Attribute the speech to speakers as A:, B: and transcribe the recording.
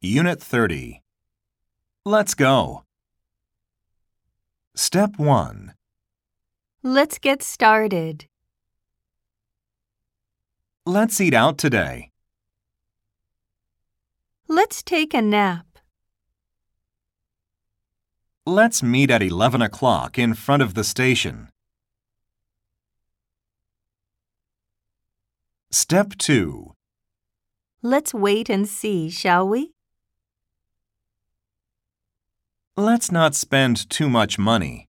A: Unit 30. Let's go. Step 1.
B: Let's get started.
A: Let's eat out today.
B: Let's take a nap.
A: Let's meet at 11 o'clock in front of the station. Step 2.
B: Let's wait and see, shall we?
A: Let's not spend too much money.